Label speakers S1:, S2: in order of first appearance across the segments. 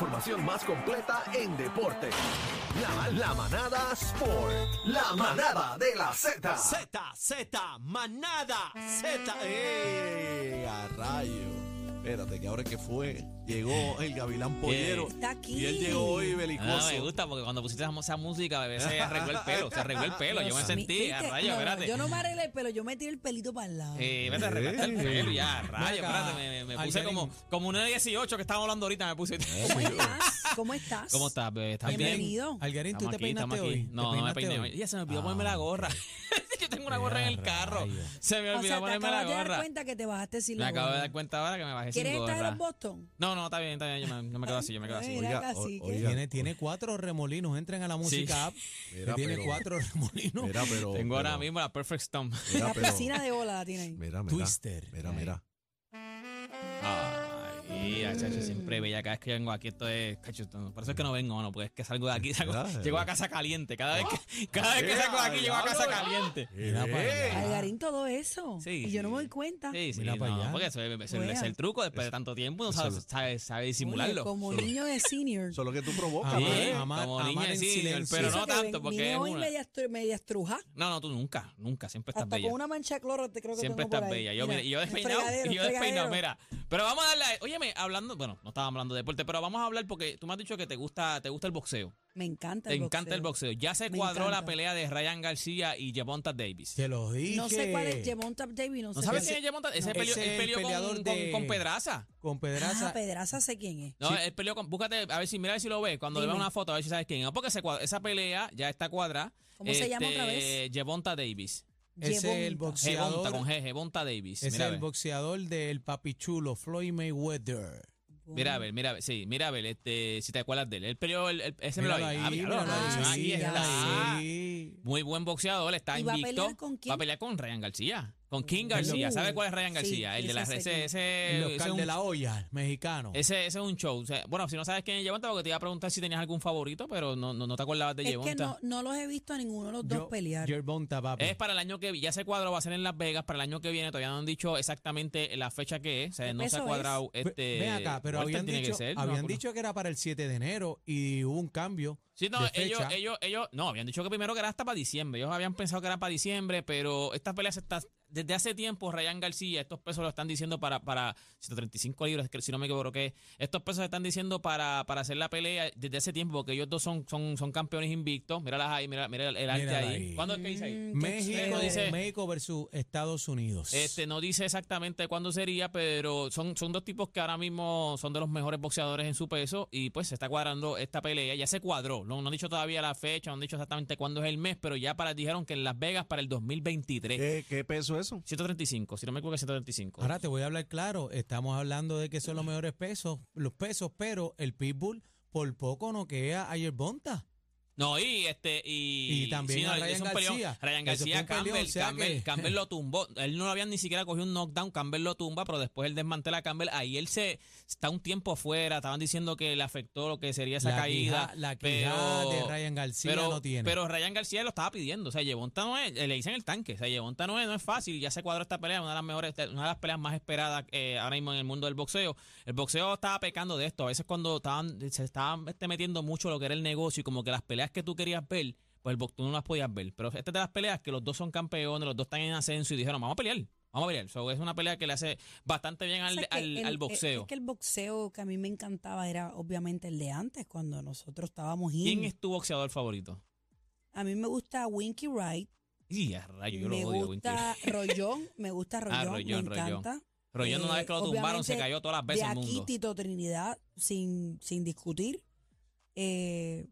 S1: Formación más completa en deporte. La, la manada Sport. La manada de la Z.
S2: Z, Z, manada, Z. ¡Ey! Eh, A rayo. Espérate, que ahora que fue, llegó el
S3: Eh.
S2: Gavilán Pollero.
S4: Está aquí.
S2: Y él llegó hoy
S5: Ah,
S2: belicoso.
S5: me gusta porque cuando pusiste esa, esa música, bebé, se arregló el pelo, se arregló el pelo. yo me
S4: Dios mío,
S5: sentí, a
S4: ¿viste?
S5: rayo,
S4: No, no,
S5: espérate.
S4: Yo no me arreglé el pelo, yo me tiré el pelito para el lado.
S5: Eh, vete, arreglaste el pelo ya, a rayo,
S3: Ven acá,
S5: espérate. Me, me puse
S3: Alberín.
S5: como, como una de 18 que estábamos hablando ahorita, me puse.
S4: ¿Cómo estás? ¿Cómo estás?
S5: oh ¿Cómo estás, bebé? ¿Estás bien?
S4: Bienvenido.
S3: Algarín, ¿tú
S5: Estamos
S3: te
S5: aquí, estamos
S3: peinaste
S5: aquí.
S3: hoy?
S5: No,
S3: ¿Te
S5: no me
S3: peinaste
S5: peiné.
S3: hoy?
S5: hoy. Ya se me olvidó ponerme la gorra. yo tengo una gorra en el carro.
S3: rayo.
S5: Se me
S4: Ah. O
S5: olvidó
S4: sea, te
S5: ponerme la
S4: acabas de dar
S5: gorra.
S4: cuenta que te bajaste sin
S5: Me
S4: la
S5: acabo de
S4: gorra.
S5: dar cuenta ahora que me bajé
S4: ¿Quieres
S5: sin
S4: estar en
S5: gorra.
S4: los Boston?
S5: No, no, está bien, está bien. Yo me, yo me quedo así, yo me quedo así.
S4: Mira,
S2: Oiga,
S4: cacique.
S2: o- oiga.
S3: Tiene, tiene cuatro remolinos. Entren a la música app. que
S2: Mira,
S3: tiene
S2: pero-
S3: cuatro remolinos.
S2: Mira, pero.
S5: Tengo ahora
S2: pero-
S5: mismo la Perfect Stomp.
S2: Mira,
S4: la
S2: pero-
S4: piscina de bola la tiene ahí.
S2: Mira, mira.
S3: Twister.
S2: Mira, mira.
S5: Ay, ya, chacho, siempre bella. Cada vez que vengo aquí, esto es cachuto. Por eso es que no vengo, no, porque es que salgo de aquí, salgo-
S2: Verdad,
S5: llego a
S2: verdad.
S5: casa caliente. Cada vez que, cada vez que
S2: Mira,
S5: salgo de aquí, llego a casa
S2: diablo.
S5: caliente.
S3: Mira para allá.
S2: Eh,
S4: Algarín todo eso.
S5: Sí,
S4: y yo no me
S5: sí.
S4: doy cuenta.
S5: Sí, sí,
S3: Mira pa'
S5: no,
S3: allá.
S5: porque eso, es- eso es-
S4: Vea.
S5: es el truco. Después de tanto tiempo, no sabe, sabe, sabe
S4: Oye,
S5: disimularlo.
S4: Como niño de senior.
S2: Eso es lo que tú provocas.
S3: Ah,
S5: Sí,
S2: ¿verdad?
S3: amar-
S5: como
S3: amar
S5: niño
S3: en
S5: de senior,
S3: silencio.
S5: pero
S4: Eso
S5: no
S4: que
S5: tanto,
S4: ven-
S5: porque
S4: vine
S5: es
S4: hoy
S5: una-
S4: media, estru- media estruja.
S5: No, no, tú nunca, nunca, siempre estás
S4: Hasta
S5: bella.
S4: con una mancha de cloro te creo que
S5: Siempre
S4: tengo por
S5: estás
S4: ahí.
S5: bella. Yo, mira, y yo
S4: el
S5: despeinado,
S4: fregadero,
S5: y yo
S4: el
S5: despeinado,
S4: fregadero.
S5: mira. Pero vamos a darle, a- óyeme, hablando, bueno, no estábamos hablando de deporte, pero vamos a hablar porque tú me has dicho que te gusta, te gusta el boxeo.
S4: Me encanta
S5: Te
S4: el
S5: encanta el boxeo. Ya se
S4: Me
S5: cuadró la
S4: encanta.
S5: pelea de Ryan García y Javonta Davis.
S3: Te lo dije.
S4: No sé cuál es Jemonta Davis, no sé.
S5: ¿No sabes
S4: cuál
S5: quién es Javonta? Ese
S3: no.
S5: peleó,
S3: Ese
S5: él
S3: es el
S5: peleó con-
S3: peleador
S5: con,
S3: de-
S5: con Pedraza.
S3: Con
S4: Ah,
S3: Pedraza.
S4: Pedraza sé quién es.
S5: No,
S3: Sí.
S5: él peleó con. Búscate, a ver si mira a ver si lo ves. Cuando le veas
S4: Dime.
S5: una foto, a ver si sabes quién. es. porque se cuadra- esa pelea ya está cuadrada.
S4: ¿Cómo se llama otra vez?
S5: Javonta Davis.
S3: ese es el
S4: Yevonta.
S3: boxeo.
S5: Javonta
S3: Boxeador.
S5: con G, Javonta Davis.
S3: es
S5: mira a
S3: el
S5: ver.
S3: boxeador del papichulo, Floyd Mayweather.
S5: Mira a ver, mira a ver, sí, mira a ver, este, si te acuerdas de él. Él peleó el, el- ese
S3: Míralo
S5: me lo
S3: ahí,
S5: ah, míralo,
S3: míralo
S5: lo-
S4: ahí,
S5: aquí
S4: ya
S5: está. Ah,
S3: Sí.
S5: Muy buen boxeador, está
S4: ¿Y va a
S5: invicto.
S4: pelear con quién? Mm.
S5: Va a pelear con Ryan García. Con King
S3: Uh.
S5: García. ¿Sabe cuál es Ryan
S4: Sí,
S5: García? el de la
S4: ese sé
S5: ese,
S4: quién.
S5: ese,
S3: El
S2: Eh,
S5: ese es
S3: local
S5: un-
S3: de la olla, mexicano.
S5: Ese, ese es un show. O sea, bueno, si no sabes quién es Yevonta, porque te iba a preguntar si tenías algún favorito, pero no, no, no te acordabas de
S4: Es
S5: Yevonta.
S4: que no, no los he visto a ninguno de los dos
S3: Yo-
S4: pelear.
S3: Yerbonta, papi.
S5: Es para el año que viene. Ya ese cuadro va a ser en Las Vegas para el año que viene. Todavía no han dicho exactamente la fecha que es. O sea,
S4: ¿Qué
S5: no se
S4: peso
S5: ha
S4: es?
S5: cuadrado
S3: Ve-
S5: este.
S3: Ven acá, pero
S5: Walter
S3: habían,
S5: tiene que
S3: dicho,
S5: ser, no me
S3: habían
S5: acuerdo.
S3: dicho que era para el 7 de enero y hubo un cambio.
S5: Sí, no,
S3: de
S5: ellos,
S3: fecha.
S5: ellos, ellos, no, habían dicho que primero que era hasta para diciembre. Ellos habían pensado que era para diciembre, pero estas peleas está, desde hace tiempo Ryan García, estos pesos lo están diciendo para, para 135 libras, que si no me equivoco, que es. estos pesos están diciendo para, para hacer la pelea desde hace tiempo, porque ellos dos son, son, son campeones invictos. Míralas ahí, mira, mira el, el arte
S3: Mírala
S5: ahí.
S3: ahí.
S5: ¿Cuándo es que dice ahí?
S4: Mm, qué
S3: México,
S5: Pero
S4: chévere.
S5: dice-
S3: México versus Estados Unidos.
S5: Este, no dice exactamente cuándo sería, pero son, son dos tipos que ahora mismo son de los mejores boxeadores en su peso y pues se está cuadrando esta pelea. Ya se cuadró, no, no han dicho todavía la fecha, no han dicho exactamente cuándo es el mes, pero ya para, dijeron que en Las Vegas para el 2023.
S2: ¿Qué, qué peso es eso?
S5: 135, si no me equivoco, 135.
S3: Ahora te voy a hablar claro. Estamos hablando de que son los mejores pesos, los pesos, pero el Pitbull por poco no queda a Yerbonta.
S5: no, y este, y,
S3: Y también a
S5: no,
S3: Ryan
S5: es un
S3: García.
S5: Ryan
S3: Eso fue
S5: García,
S3: un peleón,
S5: Campbell,
S3: o sea
S5: Campbell,
S3: que-
S5: Campbell lo tumbó. Él no lo había ni siquiera cogido un knockdown, Campbell lo tumba, pero después él desmantela a Campbell. Ahí él se está un tiempo afuera, estaban diciendo que le afectó lo que sería esa
S3: la
S5: caída.
S3: quijá- la quijada
S5: pero-
S3: de Ryan García
S5: pero,
S3: no tiene.
S5: pero Ryan García lo estaba pidiendo. O sea, Yevonta no es, eh, le dicen el tanque. O sea, Yevonta no es, no es fácil. Ya se cuadró esta pelea, una de las mejores, una de las peleas más esperadas eh, ahora mismo en el mundo del boxeo. El boxeo estaba pecando de esto. A veces cuando estaban, se estaban este, metiendo mucho lo que era el negocio y como que las peleas que tú querías ver, pues el box tú no las podías ver. Pero esta es de las peleas que los dos son campeones, los dos están en ascenso y dijeron, vamos a pelear. Vamos a pelear. So, es una pelea que le hace bastante bien
S4: O sea, que
S5: al, al-
S4: el-
S5: al
S4: eh,
S5: boxeo.
S4: Es que el boxeo que a mí me encantaba era obviamente el de antes, cuando nosotros estábamos
S5: ¿Quién
S4: in.
S5: es tu boxeador favorito?
S4: A mí me gusta Winky Wright,
S5: Y a rayo, yo
S4: me
S5: lo odio, Winky. Ah,
S4: gusta Rollón, me gusta Rollón,
S5: Rollón,
S4: me
S5: Rollón.
S4: encanta.
S5: Rollón una
S4: Eh,
S5: vez que lo tumbaron se
S4: obviamente,
S5: cayó todas las
S4: De
S5: veces el
S4: aquí
S5: mundo.
S4: Tito Trinidad, sin, sin discutir. Eh,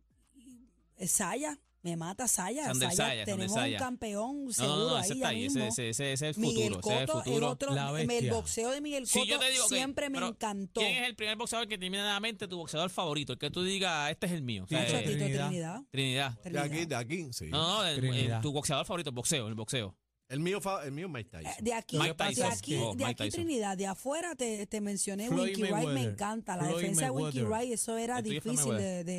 S4: Saya, me mata Saya.
S5: Sander Saya, Sander
S4: tenemos
S5: Saya.
S4: un campeón
S5: No,
S4: seguro
S5: no, no,
S4: ahí
S5: ese está
S4: ya
S5: ahí,
S4: mismo.
S5: ese, ese, ese- ese es el futuro,
S4: Miguel
S5: ese es el
S4: Coto, el,
S5: futuro.
S4: otro,
S3: la
S4: el
S3: bestia.
S4: boxeo de Miguel
S5: Sí,
S4: Cotto
S5: yo te digo que-
S4: siempre me
S5: pero,
S4: encantó.
S5: ¿Quién es el primer boxeador que tiene en la mente tu boxeador favorito? El que tú digas, este es el mío. O sea,
S4: Nacho,
S5: eh,
S3: Tito
S4: Tito
S3: Trinidad.
S4: Trinidad.
S5: Trinidad.
S2: De
S4: Trinidad.
S2: aquí, de aquí, sí.
S5: No, no, el-
S3: Trinidad.
S5: el- tu boxeador favorito, el boxeo, el boxeo.
S2: El mío, fa- el mío es Mike Tyson.
S4: Eh, De aquí,
S5: Mike
S4: de
S5: Tyson.
S4: aquí,
S5: Oh,
S4: de
S5: Mike
S4: aquí
S5: Tyson.
S4: Trinidad, de afuera te, te mencioné
S3: Floyd
S4: Winky Wright, me
S3: Mayweather.
S4: encanta. La
S3: Floyd
S4: defensa de Winky
S3: Mayweather.
S4: Wright, eso era
S5: El tuyo fue
S4: difícil de,
S5: Mayweather.
S4: de,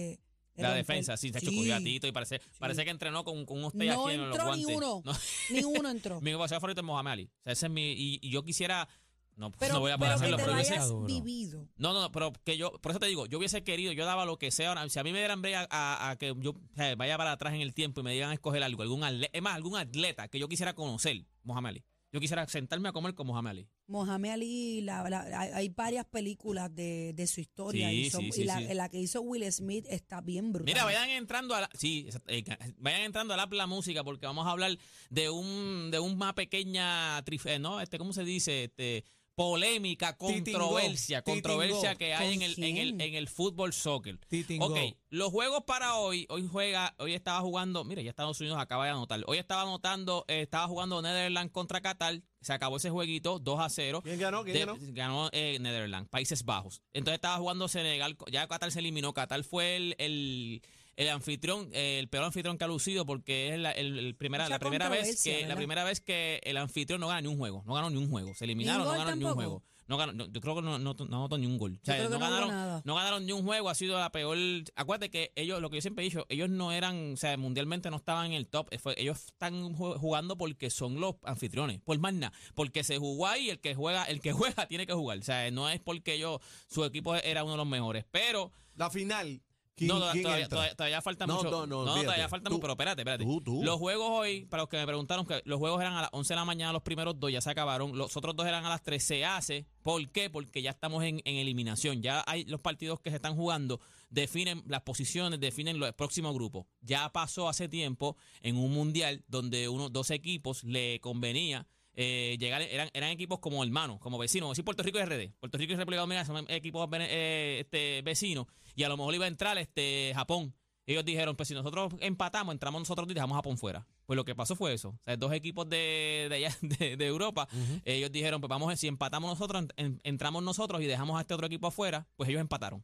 S4: de
S5: La
S4: romper.
S5: defensa, sí, se ha hecho
S4: Sí.
S5: cuidadito y parece, parece que entrenó con, con unos test
S4: No
S5: aquí en los
S4: entró ni
S5: guantes.
S4: uno.
S5: No,
S4: Ni uno entró.
S5: mi boxeador favorito es Mohamed Ali. O sea, ese es mi, y, y yo quisiera No,
S4: Pero,
S5: no voy a poder
S4: pero
S5: hacerlo,
S4: que te
S5: pero
S4: lo
S5: yo sé-
S4: hayas
S3: Duro.
S4: vivido.
S5: No, no, no, pero que yo, por eso te digo, yo hubiese querido, yo daba lo que sea. Ahora, si a mí me dieran break a, a- a que yo o sea, vaya para atrás en el tiempo y me digan a escoger algo, algún atleta, es más, algún atleta que yo quisiera conocer, Mohamed Ali. Yo quisiera sentarme a comer con Mohamed Ali.
S4: Mohamed Ali, la- la- hay, hay varias películas de, de su historia
S5: Sí,
S4: y, son-
S5: sí,
S4: y
S5: sí,
S4: la,
S5: sí.
S4: la que hizo Will Smith está bien brutal.
S5: Mira, vayan entrando a la, sí, exacto, eh, ca- vayan entrando a la, la música porque vamos a hablar de un de un más pequeña trif- eh, no, este cómo se dice, este polémica,
S3: Titingó,
S5: controversia,
S3: titingó.
S5: controversia que hay en
S4: ¿Con
S5: el en el
S4: quién?
S5: en el fútbol soccer.
S3: Titingo.
S5: Ok, los juegos para hoy, hoy juega, hoy estaba jugando, mira, ya Estados Unidos acaba de anotar. Hoy estaba anotando, eh, estaba jugando Netherlands contra Qatar, se acabó ese jueguito 2 a 0.
S2: ¿Quién ganó? ¿Quién
S5: De-
S2: ganó?
S5: ganó eh, Netherlands, Países Bajos. Entonces estaba jugando Senegal, ya Qatar se eliminó. Qatar fue el, el, el anfitrión, eh, el peor anfitrión que ha lucido porque es la, el- el primera,
S4: Mucha
S5: la primera vez
S4: controversia,
S5: que la
S4: ¿verdad?
S5: primera vez que el anfitrión no gana ni un juego, no ganó ni un juego, se eliminaron,
S4: ¿Ni
S5: no
S4: un gol
S5: ganaron ni un
S4: tampoco?
S5: juego. No ganó, no, yo creo que no, no, no anotó ni un gol. O sea,
S4: creo que
S5: no,
S4: no hubo
S5: ganaron,
S4: nada.
S5: no ganaron ni un juego, ha sido la peor. Acuérdate que ellos, lo que yo siempre he dicho, ellos no eran, o sea, mundialmente no estaban en el top. eh, fue- ellos están ju- jugando porque son los anfitriones, por más nada. Porque se jugó ahí, el que juega, el que juega tiene que jugar. O sea, no es porque ellos, su equipo era uno de los mejores. Pero,
S2: La final. ¿Quién,
S5: no, no,
S2: quién
S5: todavía,
S2: entra?
S5: todavía- todavía falta
S2: No,
S5: mucho.
S2: no, no, olvídate.
S5: todavía falta mucho,
S2: Tú- Uh.
S5: pero espérate, espérate.
S2: tú, tú.
S5: Los juegos hoy, para los que me preguntaron, que los juegos eran a las 11 de la mañana, los primeros dos ya se acabaron, los otros dos eran a las 13 se hace. ¿Por qué? Porque ya estamos en, en eliminación, ya hay los partidos que se están jugando, definen las posiciones, definen los próximos grupos. Ya pasó hace tiempo en un mundial donde unos dos equipos le convenía eh, llegar, eran, eran equipos como hermanos, como vecinos. Así Puerto Rico y RD. Puerto Rico y República Dominicana son equipos vene- eh, este, vecinos. Y a lo mejor iba a entrar este Japón. Ellos dijeron, pues si nosotros empatamos, entramos nosotros y dejamos a Japón fuera. Pues lo que pasó fue eso. O sea, dos equipos de, de allá, de, de Europa, ellos dijeron, pues vamos, si empatamos nosotros, ent- en- entramos nosotros y dejamos a este otro equipo afuera, pues ellos empataron.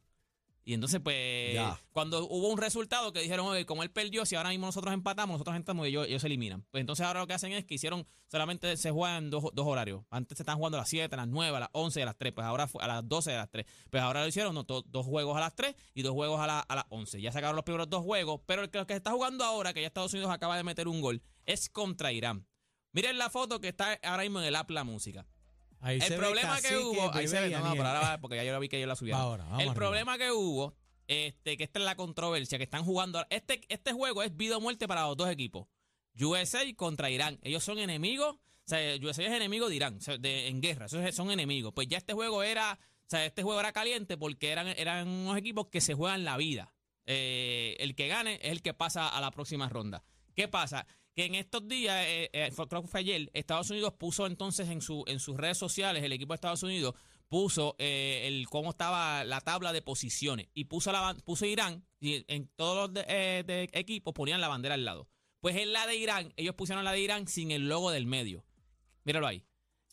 S5: Y entonces, pues,
S2: Ya.
S5: cuando hubo un resultado que dijeron, oye, como él perdió, si ahora mismo nosotros empatamos, nosotros entramos y ellos, ellos se eliminan. Pues entonces ahora lo que hacen es que hicieron, solamente se juegan dos, dos horarios. Antes se están jugando a las 7, a las 9, a las 11, y a las 3, pues ahora fue a las 12 de las 3. Pues ahora lo hicieron, no, to- dos juegos a las 3 y dos juegos a, la- a las 11. Ya sacaron los primeros dos juegos, pero el que, el que está jugando ahora, que ya Estados Unidos acaba de meter un gol, es contra Irán. Miren la foto que está ahora mismo en el app La Música.
S3: Ahí se
S5: El
S3: ve
S5: problema que
S3: Cacique,
S5: hubo, ahí se
S3: Bebé
S5: ve,
S3: y
S5: no, no,
S3: Aniel.
S5: pero ahora va, porque ya yo la vi que yo la subí.
S3: Va
S5: ahora.
S3: ahora, vamos
S5: el
S3: arriba.
S5: problema que hubo, este, que esta es la controversia, que están jugando. ahora. Este, este juego es vida o muerte para los dos equipos. USA contra Irán. Ellos son enemigos. O sea, USA es enemigo de Irán, o sea, de- en guerra. Esos son enemigos. Pues ya este juego era, o sea, este juego era caliente porque eran, eran unos equipos que se juegan la vida. Eh, el que gane es el que pasa a la próxima ronda. ¿Qué pasa? Que en estos días, eh, eh, fue- creo que fue ayer, Estados Unidos puso entonces en, su, en sus redes sociales, el equipo de Estados Unidos puso eh, el cómo estaba la tabla de posiciones y puso, la, ban- puso Irán y en todos los de- eh, de equipos ponían la bandera al lado. Pues en la de Irán, ellos pusieron la de Irán sin el logo del medio. Míralo ahí.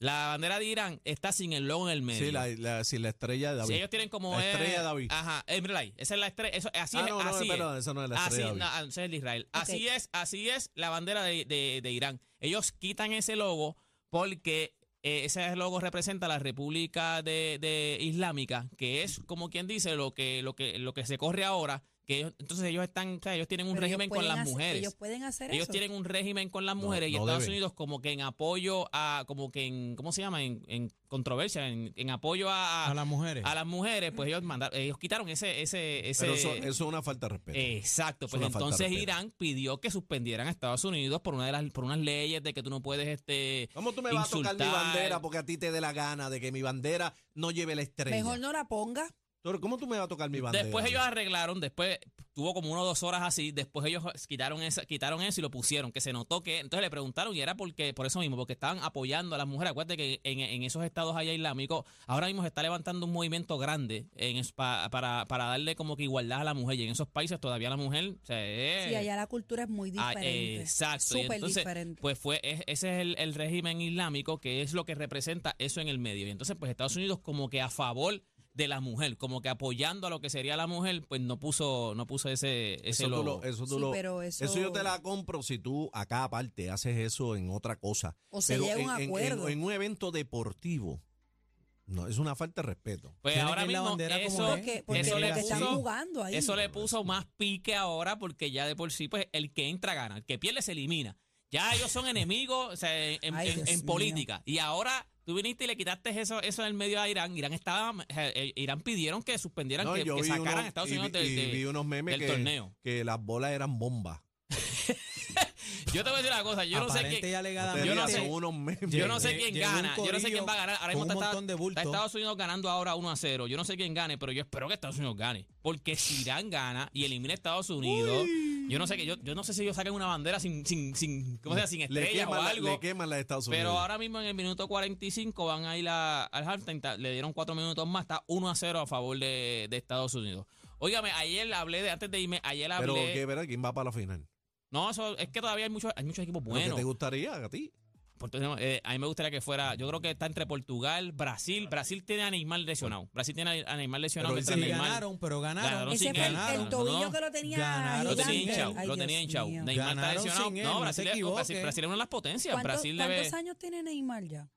S5: La bandera de Irán está sin el logo en el medio.
S2: Sí, la, la, sí, la estrella de
S5: Si
S2: David.
S5: ellos tienen como.
S2: La
S5: eh,
S2: estrella David.
S5: Ajá, eh, mírala ahí. Esa es la estrella. Eso, así
S2: ah,
S5: es.
S2: no, no,
S5: así es.
S2: perdón, esa no es la
S5: Así,
S2: estrella de
S5: no,
S2: David.
S5: ah, ese es el de Israel. Así
S4: Ok.
S5: es, así es la bandera de, de- de Irán. Ellos quitan ese logo porque eh, ese logo representa la República de, de Islámica, que es como quien dice lo que, lo que, lo que se corre ahora. Que ellos- entonces ellos están, o sea, ellos tienen un
S4: Pero ellos
S5: régimen con
S4: pueden
S5: las
S4: hacer-
S5: mujeres.
S4: Ellos pueden hacer
S5: Ellos
S4: eso.
S5: tienen un régimen con las
S2: No,
S5: mujeres y
S2: no
S5: Estados
S2: deben.
S5: Unidos como que en apoyo a, como que en, ¿cómo se llama? En, en controversia, en, en apoyo a,
S3: A las mujeres.
S5: a las mujeres, pues ellos mandaron, ellos quitaron ese, ese, ese.
S2: Pero eso, eso es una falta de respeto.
S5: Exacto,
S2: Es
S5: pues
S2: una falta de
S5: entonces
S2: respeto.
S5: Irán pidió que suspendieran a Estados Unidos por una de las, por unas leyes de que tú no puedes, este,
S2: ¿Cómo tú me vas a tocar mi
S5: insultar.
S2: bandera porque a ti te dé la gana de que mi bandera no lleve la estrella?
S4: Mejor no la ponga.
S2: Pero, ¿Cómo tú me vas a tocar mi bandera?
S5: Después ellos arreglaron, después tuvo como una o dos horas así, después ellos quitaron, esa, quitaron eso y lo pusieron, que se notó que, entonces le preguntaron y era porque, por eso mismo, porque estaban apoyando a las mujeres. Acuérdate que en, en esos estados allá islámicos, ahora mismo se está levantando un movimiento grande en, es- pa- para, para darle como que igualdad a la mujer y en esos países todavía la mujer, o sea, es-
S4: Sí, allá la cultura es muy
S5: Eh. Ah,
S4: diferente.
S5: exacto. y
S4: Súper
S5: entonces,
S4: diferente.
S5: Pues fue, es- ese es el, el régimen islámico que es lo que representa eso en el medio. Y entonces, pues Estados Unidos como que a favor de la mujer, como que apoyando a lo que sería la mujer, pues no puso, no puso ese, ese
S2: Eso, tú
S5: logo.
S2: lo- eso, tú
S4: Sí,
S2: lo-
S4: pero eso-
S2: eso yo te la compro si tú acá aparte haces eso en otra cosa.
S4: O se
S2: Pero
S4: llega a
S2: en,
S4: un
S2: en-
S4: acuerdo.
S2: en- en un evento deportivo, no, es una falta de respeto.
S5: Pues
S3: Tiene
S5: ahora
S3: que ir la
S5: mismo
S3: bandera como
S5: eso,
S3: es.
S4: porque porque
S5: eso
S4: lo
S5: le
S4: que están
S5: puso-
S4: jugando ahí.
S5: Eso le puso más pique ahora porque ya de por sí, pues el que entra gana, el que pierde se elimina. Ya ellos son enemigos o sea, en, en-
S4: Ay,
S5: en-
S4: Dios
S5: en
S4: mío.
S5: política. Y ahora Tú viniste y le quitaste eso, eso del medio a Irán. Irán estaba, eh, Irán pidieron que suspendieran,
S2: No,
S5: que,
S2: yo
S5: que
S2: vi
S5: sacaran
S2: unos-
S5: a Estados
S2: y
S5: Unidos
S2: vi-
S5: del,
S2: y
S5: del-
S2: vi unos memes
S5: del
S2: que,
S5: torneo.
S2: que las bolas eran bombas.
S5: Yo te voy a decir una cosa, yo no sé
S3: Aparente y
S5: quién,
S3: alegadamente,
S5: yo no sé-
S2: Son unos memes.
S5: yo no sé
S3: Llegó-
S5: quién
S3: Eh, llegó
S5: gana,
S3: un
S5: yo no sé quién va a ganar. Ahora mismo
S3: con un
S5: está,
S3: montón de bultos.
S5: está Estados Unidos ganando ahora 1 a 0. Yo no sé quién gane, pero yo espero que Estados Unidos gane. Porque si Irán gana y elimina a Estados Unidos, yo no sé que yo, yo no sé si ellos saquen una bandera sin, sin, sin, ¿cómo se llama? sin
S2: le
S5: estrella
S2: queman,
S5: o
S2: la-
S5: algo.
S2: le queman la de Estados Unidos.
S5: Pero ahora mismo en el minuto 45 van a ir a- al halftime, ta- le dieron cuatro minutos más, está 1 a 0 a favor de, de Estados Unidos. Óigame, ayer hablé de, antes de irme, ayer hablé...
S2: Pero que verdad, ¿quién va para la final?
S5: No, eso, es que todavía hay muchos, hay muchos equipos
S2: Bueno.
S5: buenos.
S2: te gustaría a ti?
S5: Por- eh, a mí me gustaría que fuera, yo creo que está entre Portugal, Brasil. Brasil tiene a Neymar lesionado. Brasil tiene a Neymar lesionado.
S2: Pero
S5: mientras
S3: Sí,
S2: ese
S5: Neymar-
S3: ganaron, pero
S5: Ganaron
S3: ganaron.
S5: sin
S4: Ese fue el,
S5: ganar,
S4: el
S5: ¿no?
S4: tobillo que lo tenía
S3: Ganaron.
S5: Lo tenía
S3: Gigante.
S5: hinchado,
S4: Ay,
S5: lo
S4: Dios
S5: tenía hinchado.
S4: mío.
S5: Neymar está
S3: Ganaron
S5: lesionado.
S3: sin él,
S5: no,
S3: no
S5: Brasil,
S3: se
S5: es- Brasil,
S3: equivoque.
S5: Brasil es una de las potencias.
S4: ¿Cuántos,
S5: Brasil
S4: cuántos
S5: debe.
S4: años tiene Neymar ya?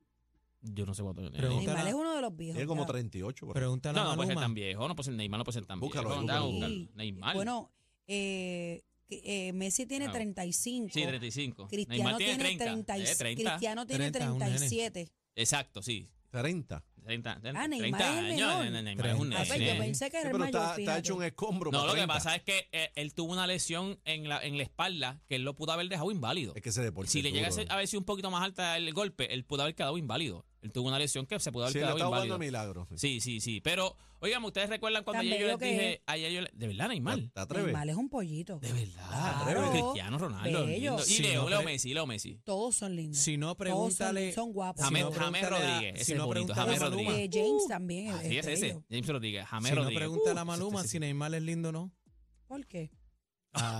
S5: Yo no sé cuánto.
S3: Pero-
S5: Neymar-
S4: Neymar es uno de los viejos.
S2: Tiene como
S4: ya.
S2: 38. por ahí.
S3: Pregúntale
S5: No, pues,
S3: a
S5: no puede ser
S3: Maluma.
S5: tan viejo. No puede ser Neymar, no puede ser tan viejo.
S2: Búscalo,
S5: Vamos a
S2: búscalo.
S5: buscar.
S4: Sí.
S5: Neymar.
S4: Bueno, eh, que- eh, Messi tiene
S5: Ah.
S4: 35.
S5: sí, 35.
S4: Cristiano
S5: Neymar
S4: tiene, 30.
S5: 30. Eh, 30.
S4: Cristiano tiene
S3: 30, un nene.
S4: 37.
S5: Exacto, sí.
S2: 30.
S5: 30,
S4: Ah, Neymar
S5: 30
S4: es el menor.
S5: años. Neymar es un
S3: Ah,
S4: A ver, pues, yo
S5: nene.
S4: pensé que
S2: Sí,
S4: era el
S2: pero
S4: mayor.
S2: está, está
S4: fíjate.
S2: hecho un escombro.
S5: No,
S2: para
S5: lo que
S2: 30.
S5: pasa es que eh, él, tuvo una lesión en la, en la espalda que él lo pudo haber dejado inválido.
S2: Es que ese deporte.
S5: si le
S2: es
S5: llega a
S2: duro.
S5: ser- a haber sido un poquito más alta el golpe, él pudo haber quedado inválido. Él tuvo una lesión que se pudo haber
S2: Sí, le
S5: quedado
S2: está jugando
S5: inválido.
S2: a milagros.
S5: Sí, sí, sí. Pero, oigan, ustedes recuerdan cuando
S4: Tan
S5: ayer yo
S4: bello
S5: les
S4: que
S5: dije,
S4: es.
S5: ayer yo les- de verdad, Neymar.
S2: ¿Te atreves?
S4: Neymar es un pollito.
S5: De verdad.
S4: Claro.
S5: Cristiano Ronaldo.
S4: Bello.
S5: lindo. Y
S3: Sí,
S5: Leo,
S3: no,
S5: Leo
S3: pero-
S5: Messi, Leo Messi.
S4: Todos son lindos.
S3: Si no,
S4: Todos son-
S3: pregúntale.
S4: son,
S3: si
S4: guapos.
S5: James-
S3: no,
S5: James
S3: pregúntale a-
S5: Rodríguez, ese
S3: Si
S5: es
S3: no,
S5: bonito,
S3: pregúntale a
S5: James
S3: Maluma.
S5: Rodríguez. Uh,
S4: Eh, James también. es-
S5: Así
S4: es
S5: es ese.
S4: bello.
S5: James Rodríguez, James
S3: Si no,
S5: Rodríguez.
S3: pregúntale a
S5: Uh,
S3: Maluma
S5: sí, sí,
S3: si Neymar es lindo o no.
S4: ¿Por qué?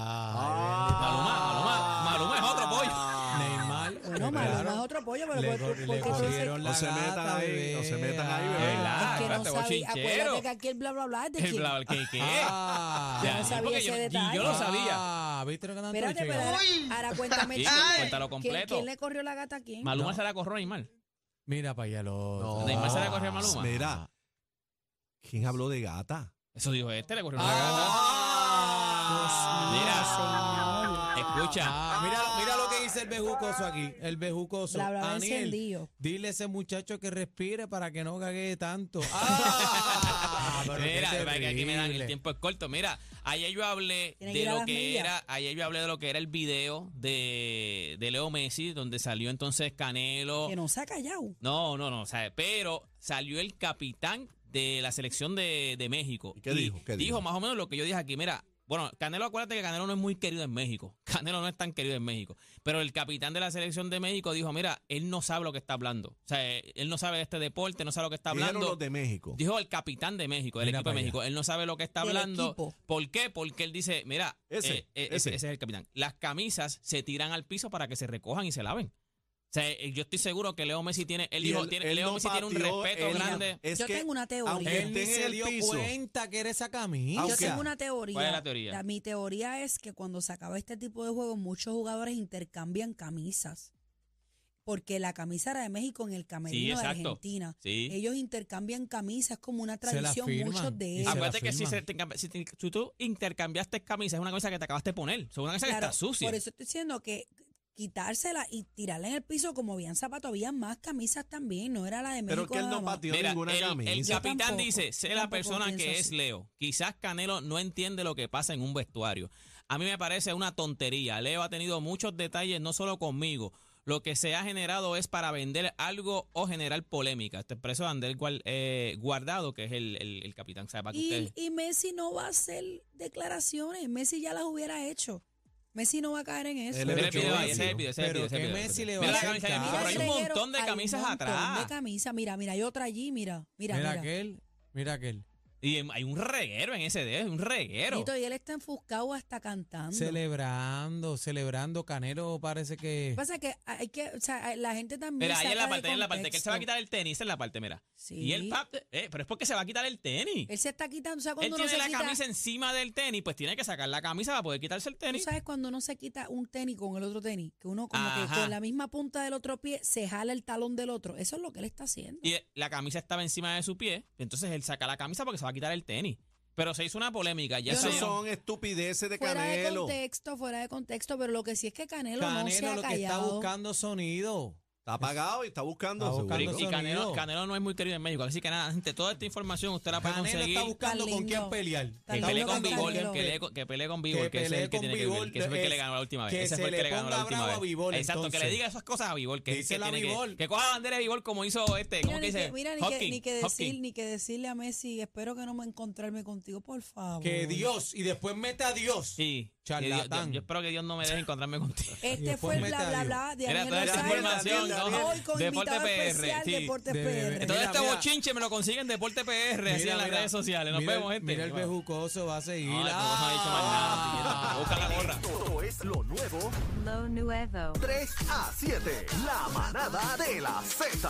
S5: Uh, Maluma, Maluma, Maluma es otro
S4: Ah,
S5: pollo.
S3: Ah, Neymar.
S4: Bueno,
S3: le
S4: Maluma
S3: pegaron-
S4: es otro pollo, pero
S3: Le,
S4: ¿por-
S3: co-
S4: por
S3: le
S4: qué tú dices-
S3: cogieron la
S2: No se
S3: gata,
S2: metan ahí,
S3: bebé.
S2: no se metan ahí,
S3: Ah,
S2: bebé.
S5: ¿Verdad?
S4: es que no
S5: espérate,
S4: sabía.
S5: bochinchero.
S4: Acuérdate que aquí el bla bla bla es de
S5: El
S4: quién.
S5: bla, el que, que
S3: Ah,
S5: Ya,
S4: no
S5: sí,
S4: sabía
S5: porque
S4: ese
S5: yo, y
S4: detalle.
S5: yo lo sabía.
S3: Ah, ¿viste lo que tanto
S4: Espérate,
S3: dicho?
S4: pero ahora, ahora cuéntame.
S5: Sí, pues,
S4: tú.
S5: cuéntalo
S4: ¿Quién,
S5: completo.
S4: quién le corrió la gata a quién?
S5: Maluma
S3: No.
S5: se la corrió a Neymar.
S3: Mira para allá lo.
S2: No.
S5: Neymar se la corrió a Maluma.
S2: Mira. ¿Quién habló de gata?
S5: Eso dijo este, le corrió una
S3: Ah,
S5: gata. Mira, escucha.
S3: Ah, mira, mira lo que dice el bejucoso aquí. El bejucoso.
S4: Bla, bla, bla,
S3: Aniel,
S4: encendido.
S3: dile a ese muchacho que respire para que no cague tanto. Ah, pero qué
S5: Mira, para que aquí me dan el
S3: terrible.
S5: tiempo es corto. Mira, ayer yo hablé
S4: Tiene que
S5: de
S4: ir a
S5: lo
S4: las
S5: que
S4: millas.
S5: era, ayer yo hablé de lo que era el video de, de Leo Messi, donde salió entonces Canelo.
S4: Que no se ha callado.
S5: No, no, no, o sea, pero salió el capitán de la selección de, de México.
S2: ¿Y qué dijo? ¿Qué dijo?
S5: dijo más o menos lo que yo dije aquí. Mira, bueno, Canelo, acuérdate que Canelo no es muy querido en México. Canelo no es tan querido en México. Pero el capitán de la selección de México dijo, mira, él no sabe lo que está hablando. O sea, eh, él no sabe de este deporte, no sabe lo que está
S2: Dijeron
S5: hablando.
S2: los de México.
S5: Dijo el capitán de México, del
S3: Mira
S5: equipo de
S3: para allá.
S5: México. Él no sabe lo que está
S4: Del
S5: hablando.
S4: equipo.
S5: ¿Por qué? Porque él dice, mira,
S2: Ese,
S5: eh, eh, ese,
S2: ese.
S5: ese es el capitán. Las camisas se tiran al piso para que se recojan y se laven. O sea, eh, yo estoy seguro que Leo Messi tiene, él
S2: Y
S5: dijo,
S2: él-
S5: tiene-
S2: él
S5: Leo
S2: no
S5: Messi tiene un
S2: pateó,
S5: respeto
S2: él-
S5: grande.
S2: Es
S4: Yo
S2: que,
S4: tengo una teoría.
S2: aunque
S3: Él ni
S2: esté en
S3: se
S2: el
S3: dio
S2: piso,
S3: cuenta que era esa camisa.
S2: Ah,
S4: Yo
S2: o sea,
S4: tengo una teoría.
S5: ¿cuál es la teoría?
S4: mi teoría es que cuando se acaba este tipo de juego, muchos jugadores intercambian camisas. Porque la camisa era de México en el camerino de
S5: exacto.
S4: Argentina.
S5: Sí.
S4: Ellos intercambian camisas como una
S3: Se la
S4: tradición,
S3: firman
S4: muchos de
S3: y
S4: ellos.
S3: se la
S5: Acuérdate que si,
S3: firman.
S5: se te encam- si te- si tú intercambiaste camisas, es una camisa que te acabaste de poner. Es una camisa que
S4: Claro,
S5: está sucia.
S4: Por eso estoy diciendo que quitársela y tirarla en el piso, como habían zapatos, habían más camisas también, no era la de México.
S2: Pero que él
S4: nada
S2: no
S4: más.
S2: pateó
S5: Mira,
S2: ninguna
S5: el, el
S2: camisa.
S5: capitán
S4: Yo tampoco,
S5: dice, sé
S4: yo
S5: la
S4: tampoco
S5: persona
S4: pienso
S5: que es
S4: así".
S5: Leo. Quizás Canelo no entiende lo que pasa en un vestuario. A mí me parece una tontería. Leo ha tenido muchos detalles, no solo conmigo. Lo que se ha generado es para vender algo o generar polémica. Este expreso de Andel Guar- eh, Guardado, que es el, el- el capitán. sabe para que
S4: Y,
S5: ustedes-
S4: y Messi no va a hacer declaraciones, Messi ya las hubiera hecho. Messi no va a caer en eso.
S2: Él era
S5: Mira el video ahí, ese
S2: Messi,
S5: es el
S2: ¿no?
S5: video, ese es el
S3: Pero
S5: video, ese es el
S3: que
S5: video.
S3: Messi le va
S5: Mira
S3: a
S5: la
S3: hacer
S5: camisa de Messi,
S3: caso.
S5: pero hay un
S4: el reguero,
S5: montón de
S4: hay un
S5: camisas
S4: montón
S5: atrás.
S4: de camisas. Mira, mira, hay otra allí, mira, mira,
S3: Mira,
S4: mira.
S3: aquel. Mira aquel.
S5: Y em, hay un reguero en ese dedo, un reguero.
S4: Tito, y él está enfuscado hasta cantando.
S3: Celebrando, celebrando. Canelo parece que.
S4: Lo que pasa es que hay que, o sea, la gente también
S5: Mira, ahí en
S4: saca
S5: la
S4: de
S5: parte, ahí en la parte, que él se va a
S4: contexto.
S5: quitar el tenis, esa es la parte, mira.
S4: Sí.
S5: Y el pap, eh, pero es porque se va a quitar el tenis.
S4: Él se está quitando, o sea,
S5: Él
S4: cuando uno
S5: tiene
S4: se
S5: la
S4: quita,
S5: camisa encima del tenis, pues tiene que sacar la camisa para poder quitarse el
S4: tú
S5: tenis.
S4: sabes cuando uno se quita un tenis con el otro tenis, que uno como que
S5: Ajá.
S4: con la misma punta del otro pie se jala el talón del otro. Eso es lo que él está haciendo.
S5: Y eh, la camisa estaba encima de su pie, entonces él saca la camisa porque se va a quitar el tenis. Pero se hizo una polémica, ya
S4: Yo
S2: Esas
S5: se
S4: no-
S2: son estupideces de
S4: fuera de
S2: Canelo.
S4: contexto, fuera de contexto, pero lo que sí es que Canelo, no se
S3: Canelo
S4: ha
S3: lo que está
S4: callado.
S3: buscando sonido.
S2: Está apagado y está buscando.
S3: Está
S2: seguro.
S3: buscando
S5: Y Canelo,
S3: sonido.
S5: Canelo no es muy querido en México. Así que nada, gente, toda esta información usted la puede
S3: Canelo
S5: conseguir.
S3: está buscando con
S4: Carlito.
S3: quién pelear.
S4: Que
S5: Que
S3: Está
S5: pelee
S4: pelee
S5: con
S3: buscando
S4: Vigor,
S3: quién
S4: Canelo.
S5: Bigol, que pelee, con- que pelee con Bigol, que, es
S3: pelee
S5: el que
S3: con
S5: tiene que
S3: Bigol,
S5: que ese fue el que le
S3: es-
S5: ganó la última vez.
S3: que
S5: Ese
S3: se
S5: fue el que
S3: le
S5: le ganó la
S3: ponga
S5: última
S3: bravo
S5: vez.
S3: a Bigol,
S5: Exacto, que le
S3: entonces.
S5: diga esas cosas a Bigol, que, es el
S3: Dísela
S5: que,
S3: a
S5: tiene que-
S3: Bigol.
S5: que coja la bandera de Bigol como hizo este,
S4: Mira,
S5: ¿cómo que
S4: ni
S5: dice?
S4: que, mira, ni, que,
S5: Hopkins,
S4: ni que
S5: Hopkins.
S4: decir, ni que decirle a Messi, espero que no me encontrarme contigo, por favor.
S3: Que Dios, y después meta a Dios.
S5: Sí.
S3: Charlatán.
S5: Que Dios- Yo, yo espero que Dios no me deje encontrarme contigo.
S4: Este
S3: Después
S4: fue el
S3: meta
S4: bla,
S3: a
S4: bla,
S3: Dios.
S4: bla de
S5: Era
S4: Daniel
S5: toda esa
S4: Rosario.
S5: información, ¿no?
S4: Hoy con
S5: Deporte
S4: invitado
S5: PR,
S4: especial,
S5: sí.
S4: Deportes
S3: De-
S4: PR.
S5: Todo
S3: Mira,
S5: este
S3: mira.
S5: bochinche me lo consiguen Deporte PR, así
S3: Mira,
S5: en las
S3: mira,
S5: redes sociales. Nos
S3: mira el-
S5: vemos, gente.
S3: Mira el
S5: Bueno.
S3: bejucoso, va a seguir.
S5: No, no, no, no
S3: Ah.
S5: ha dicho más nada. Busca la gorra.
S1: Todo es lo nuevo
S6: Lo nuevo.
S1: 3 a 7. La manada de la Z.